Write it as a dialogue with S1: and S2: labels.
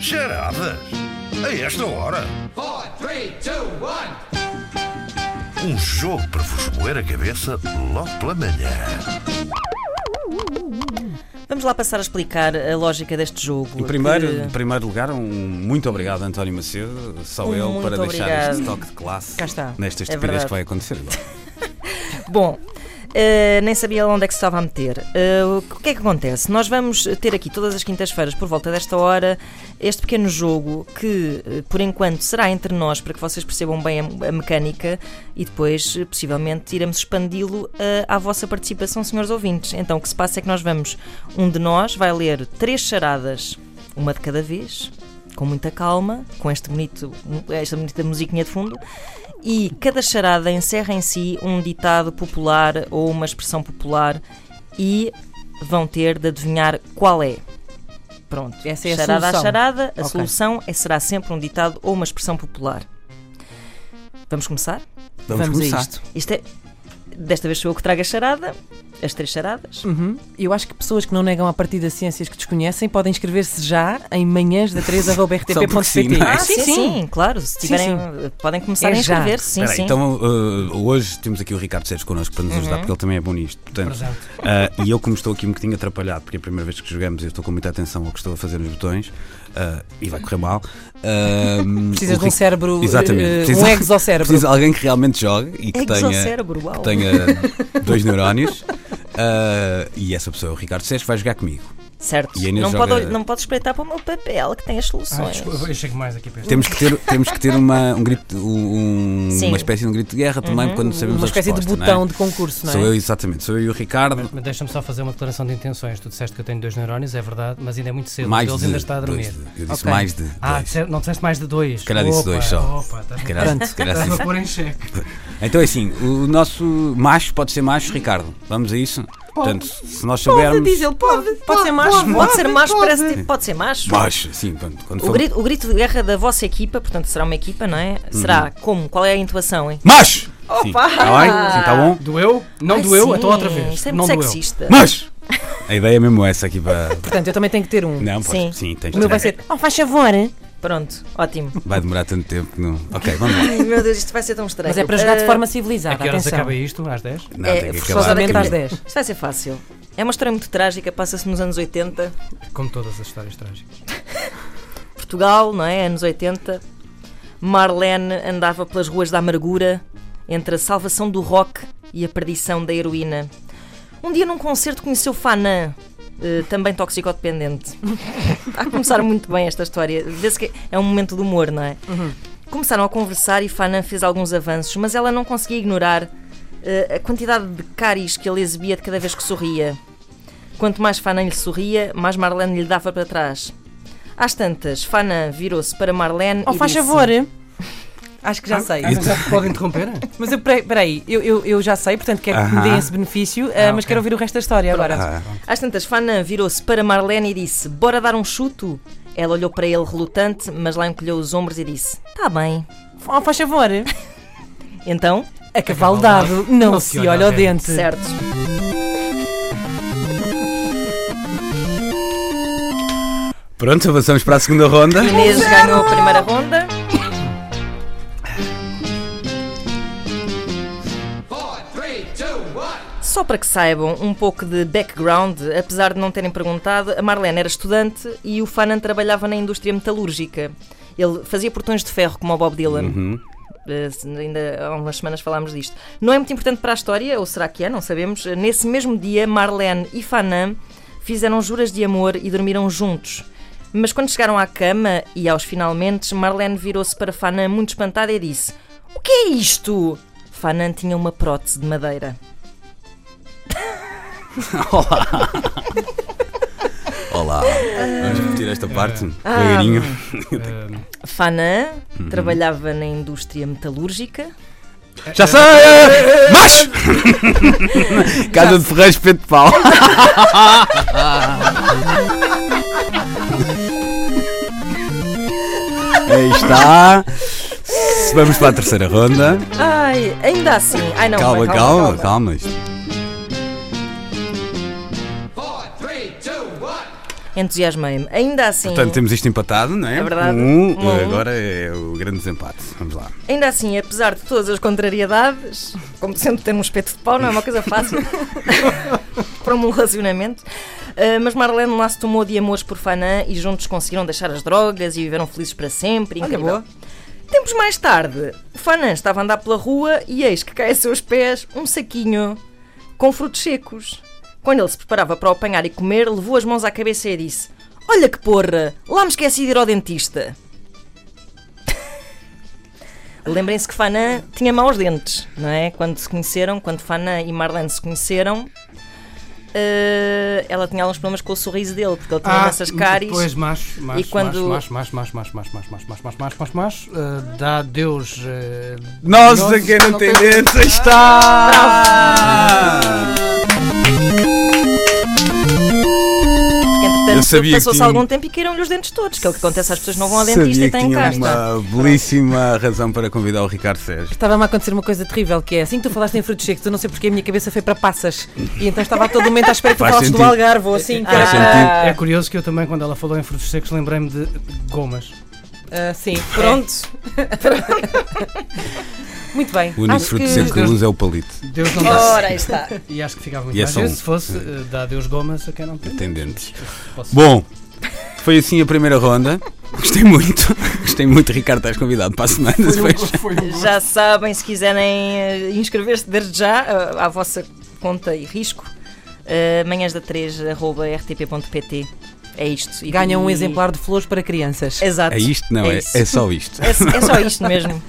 S1: piadas? A esta hora?
S2: four, three, two, one.
S1: Um jogo para vos moer a cabeça logo pela manhã.
S3: Vamos lá passar a explicar a lógica deste jogo.
S4: Em primeiro,
S3: que-
S4: em primeiro lugar, um muito obrigado, António Macedo, só
S3: Um
S4: ele,
S3: muito
S4: para deixar este
S3: obrigado.
S4: toque de classe
S3: Cá está.
S4: nesta
S3: É
S4: estupidez
S3: verdade.
S4: que vai acontecer agora.
S3: Bom, eh, nem sabia onde é que se estava a meter. Eh, o que- o que é que acontece? Nós vamos ter aqui todas as quintas-feiras, por volta desta hora, este pequeno jogo que, eh, por enquanto, será entre nós para que vocês percebam bem a, a mecânica e depois, eh, possivelmente, iremos expandi-lo eh, à vossa participação, senhores ouvintes. Então, o que se passa é que nós vamos, um de nós vai ler três charadas, uma de cada vez. Com muita calma, com este bonito, esta bonita musiquinha de fundo, e cada charada encerra em si um ditado popular ou uma expressão popular e vão ter de adivinhar qual é. Pronto,
S5: Essa é a
S3: charada
S5: solução.
S3: à charada, a
S5: Ok.
S3: solução é, será sempre um ditado ou uma expressão popular. Vamos começar?
S5: Vamos a
S4: começar.
S5: isto.
S3: Isto é. Desta vez sou eu que trago a charada, as três charadas.
S5: Uhum. Eu acho que pessoas que não negam a partir das ciências que desconhecem podem inscrever-se já em manhãs da
S4: Só porque sim, não é?
S3: Ah, sim, sim, claro. Se
S5: Sim,
S3: tiverem, eh, podem começar
S5: É
S3: a
S5: já.
S3: inscrever. Sim,
S4: Espera aí,
S3: sim.
S4: então uh, hoje temos aqui o Ricardo Sérgio connosco
S3: Uhum.
S4: para nos ajudar, porque ele também é bom nisto. Portanto, uh, e eu, como estou aqui um bocadinho atrapalhado, porque é a primeira vez que jogamos, eu estou com muita atenção ao que estou a fazer nos botões uh, e vai correr mal. Uh,
S5: Precisas
S4: o
S5: de um
S4: Ric-
S5: cérebro,
S4: Exatamente.
S5: eh,
S4: Precisa-
S5: um exocérebro.
S4: Precisa de alguém que realmente jogue e que tenha,
S3: Exocérebro, uau.
S4: que tenha dois neurónios. Ah, e essa pessoa é o Ricardo Sérgio, vai jogar comigo.
S3: Certo.
S4: E a Inês
S3: Não,
S4: joga-
S3: pode, não pode espreitar para o meu papel que tem as
S6: Ah,
S3: soluções.
S6: desculpa, eu chego mais aqui perto.
S4: Temos que ter, temos que ter uma, um grito, um-
S3: Sim.
S4: uma espécie de um grito de guerra também quando sabemos
S5: Uhum. Uma
S4: a
S5: espécie de
S4: resposta,
S5: botão
S4: não é?
S5: de concurso, não é?
S4: Sou eu, exatamente, sou eu e o Ricardo.
S6: Mas deixa-me só fazer uma declaração de intenções. Tu disseste que eu tenho dois neurónios, é verdade, mas ainda é muito cedo.
S4: Mais
S6: um deles
S4: de,
S6: ainda está a dormir.
S4: dois de- eu disse
S5: Ok.
S4: mais de
S6: Ah,
S4: dois.
S6: disseste- não disseste mais de dois.
S4: Se calhar disse
S6: Opa,
S4: dois só.
S6: Opa, estás-
S4: Se calhar-
S5: Pronto.
S4: se calhar
S6: estás-me
S4: sim.
S6: a pôr em xeque.
S4: Então é assim, o nosso macho pode ser macho, Ricardo. Vamos a isso? Portanto, se nós soubermos.
S5: Diz ele, pode, pode, ser macho.
S3: Pode, ser macho, parece tipo, pode ser macho.
S4: Macho, sim, pronto, quando
S3: O
S4: for.
S3: grito, o grito de guerra da vossa equipa, portanto será uma equipa, não é?
S4: Uhum.
S3: Será como? Qual é a intuação, hein?
S4: Macho! Opa! Está bem? Sim, está bom?
S6: Doeu? Não
S3: Ai,
S6: doeu?
S3: sim,
S6: Então outra vez.
S3: Isto é
S6: não
S3: muito
S6: doeu.
S3: sexista.
S4: Mas a ideia é mesmo essa aqui para.
S5: Portanto, eu também tenho que ter um.
S4: Não,
S3: Sim.
S4: pode, sim, tens
S5: O meu vai
S4: de-
S5: ser, oh, faz favor.
S3: Pronto, ótimo.
S4: vai demorar tanto tempo que não. Ok, vamos lá.
S3: Ai, Meu Deus, isto vai ser tão estranho.
S5: Mas é para jogar de
S3: Ah,
S5: forma
S6: A
S5: civilizada,
S6: que horas
S5: atenção.
S6: acaba isto? Às 10?
S4: Não,
S3: É,
S4: tem que acabar.
S3: forçosamente
S5: Forçosamente às
S4: Tem-
S5: 10.
S3: Isto vai ser fácil. É uma história muito trágica, passa-se nos anos 80,
S6: Como todas as histórias trágicas.
S3: Portugal, não é? Anos 80. Marlene andava pelas ruas da amargura, entre a salvação do rock e a perdição da heroína. Um dia num concerto conheceu Fanã, eh, também toxicodependente. Está a começar muito bem esta história. Vê-se que é um momento de humor, não é?
S5: Uhum.
S3: Começaram a conversar e Fanã fez alguns avanços, mas ela não conseguia ignorar eh, a quantidade de cáries que ele exibia de cada vez que sorria. Quanto mais Fanã lhe sorria, mais Marlene lhe dava para trás. Às tantas, Fanã virou-se para Marlene
S5: Oh,
S3: e
S5: faz
S3: disse,
S5: favor. Acho que já sei.
S6: Ah, mas já pode interromper?
S5: Mas eu, peraí, peraí, eu, eu, eu já sei, portanto quero que me deem
S4: Aham.
S5: esse benefício, ah, mas
S6: ok.
S5: quero ouvir o resto da história agora.
S4: Ah,
S3: Às tantas, Fanã virou-se para Marlene e disse: Bora dar um chuto? Ela olhou para ele relutante, mas lá encolheu os ombros e disse: Tá bem.
S5: Oh, faz favor.
S3: Então,
S4: É
S5: A cavalo dado É não se olha ao dente.
S3: certo.
S4: pronto, avançamos para a segunda ronda.
S3: Inês ganhou a primeira ronda. Só para que saibam um pouco de background, apesar de não terem perguntado, a Marlene era estudante e o Fanan trabalhava na indústria metalúrgica. Ele fazia portões de ferro como o Bob Dylan. Eh, se- ainda há umas semanas falámos disto. Não é muito importante para a história, ou será que é? Não sabemos. Nesse mesmo dia, Marlene e Fanan fizeram juras de amor e dormiram juntos. Mas quando chegaram à cama e aos finalmente, Marlene virou-se para Fanan muito espantada e disse: O que é isto? Fanan tinha uma prótese de madeira.
S4: Olá. Vamos repetir esta parte. Devagarinho.
S3: Fanan
S4: Uhum.
S3: trabalhava na indústria metalúrgica.
S4: Já sei! Macho! Casa de Ferreiros Pedro de Pau. Aí está. Vamos para a terceira ronda.
S3: Ai, ainda assim. Ai não,
S4: calma,
S3: mãe,
S4: calma, calma, calma.
S3: entusiasmei-me. Ainda assim.
S4: Portanto, temos isto empatado, não é?
S3: É verdade.
S4: Um,
S3: Um a um.
S4: Agora é o grande desempate. Vamos lá.
S3: Ainda assim, apesar de todas as contrariedades, como sempre ter um espeto de pau não é uma coisa fácil para um relacionamento, ah, mas Marlene lá se tomou de amores por Fanã e juntos conseguiram deixar as drogas e viveram felizes para sempre. Incrível.
S5: boa.
S3: Tempos mais tarde, Fanã estava a andar pela rua e eis que cai a seus pés um saquinho com frutos secos. Quando ele se preparava para o apanhar e comer, levou as mãos à cabeça e disse: Olha que porra, lá me esqueci de ir ao dentista. Lembrem-se que Fanã tinha maus dentes, não é? Quando se conheceram, quando Fanã e Marlene se conheceram, eh, ela tinha alguns problemas com o sorriso dele, porque ele tinha essas cáries.
S6: Ah, Pois, macho, macho,
S3: E quando-
S6: macho, macho, macho, macho, macho, macho, macho, macho, macho, macho, macho, macho, eh, dá Deus... eh,
S4: Nós
S6: Nós
S4: a quem não
S6: não
S4: tem
S6: temos-
S4: dentes está!
S3: Entretanto,
S4: Eu sabia que
S3: passou-se
S4: tinha-
S3: algum tempo e caíram-lhe os dentes todos, que é o que acontece às pessoas que não vão ao dentista
S4: Sabia
S3: e
S4: que
S3: têm
S4: tinha
S3: casta.
S4: uma belíssima razão para convidar o Ricardo Sérgio.
S5: Estava-me a acontecer uma coisa terrível, que é assim que tu falaste em frutos secos, eu não sei porque a minha cabeça foi para passas. E então estava a todo momento à espera que tu
S4: Faz
S5: falasses do
S4: sentido.
S5: Algarve, ou assim.
S4: Faz
S5: cara.
S4: sentido.
S6: É curioso que eu também, quando ela falou em frutos secos, lembrei-me de gomas.
S5: Ah, sim, pronto.
S3: Pronto,
S5: Muito bem.
S4: O único
S5: Acho
S4: fruto
S5: que...
S4: sempre que usa é o palito.
S6: Deus não dá...
S3: ora aí está.
S6: E acho que ficava
S4: E
S6: muito
S4: é
S6: mais
S4: só um.
S6: vezes se fosse, eh, dá Deus gomas a quem não tem.
S4: Tem dentes.
S6: Posso-
S4: Bom, foi assim a primeira ronda. Gostei muito. Gostei muito, Ricardo. Estás convidado para a semana.
S3: um
S4: Depois.
S3: Já sabem, se quiserem eh, inscrever-se desde já eh, à vossa conta e risco, eh, manhãs da 3, arroba rtp.pt. É isto. E-
S5: Ganha um
S3: e-
S5: exemplar de flores para crianças.
S3: Exato.
S4: É isto? Não, é,
S3: isso.
S4: é só isto.
S3: É- é só isto mesmo.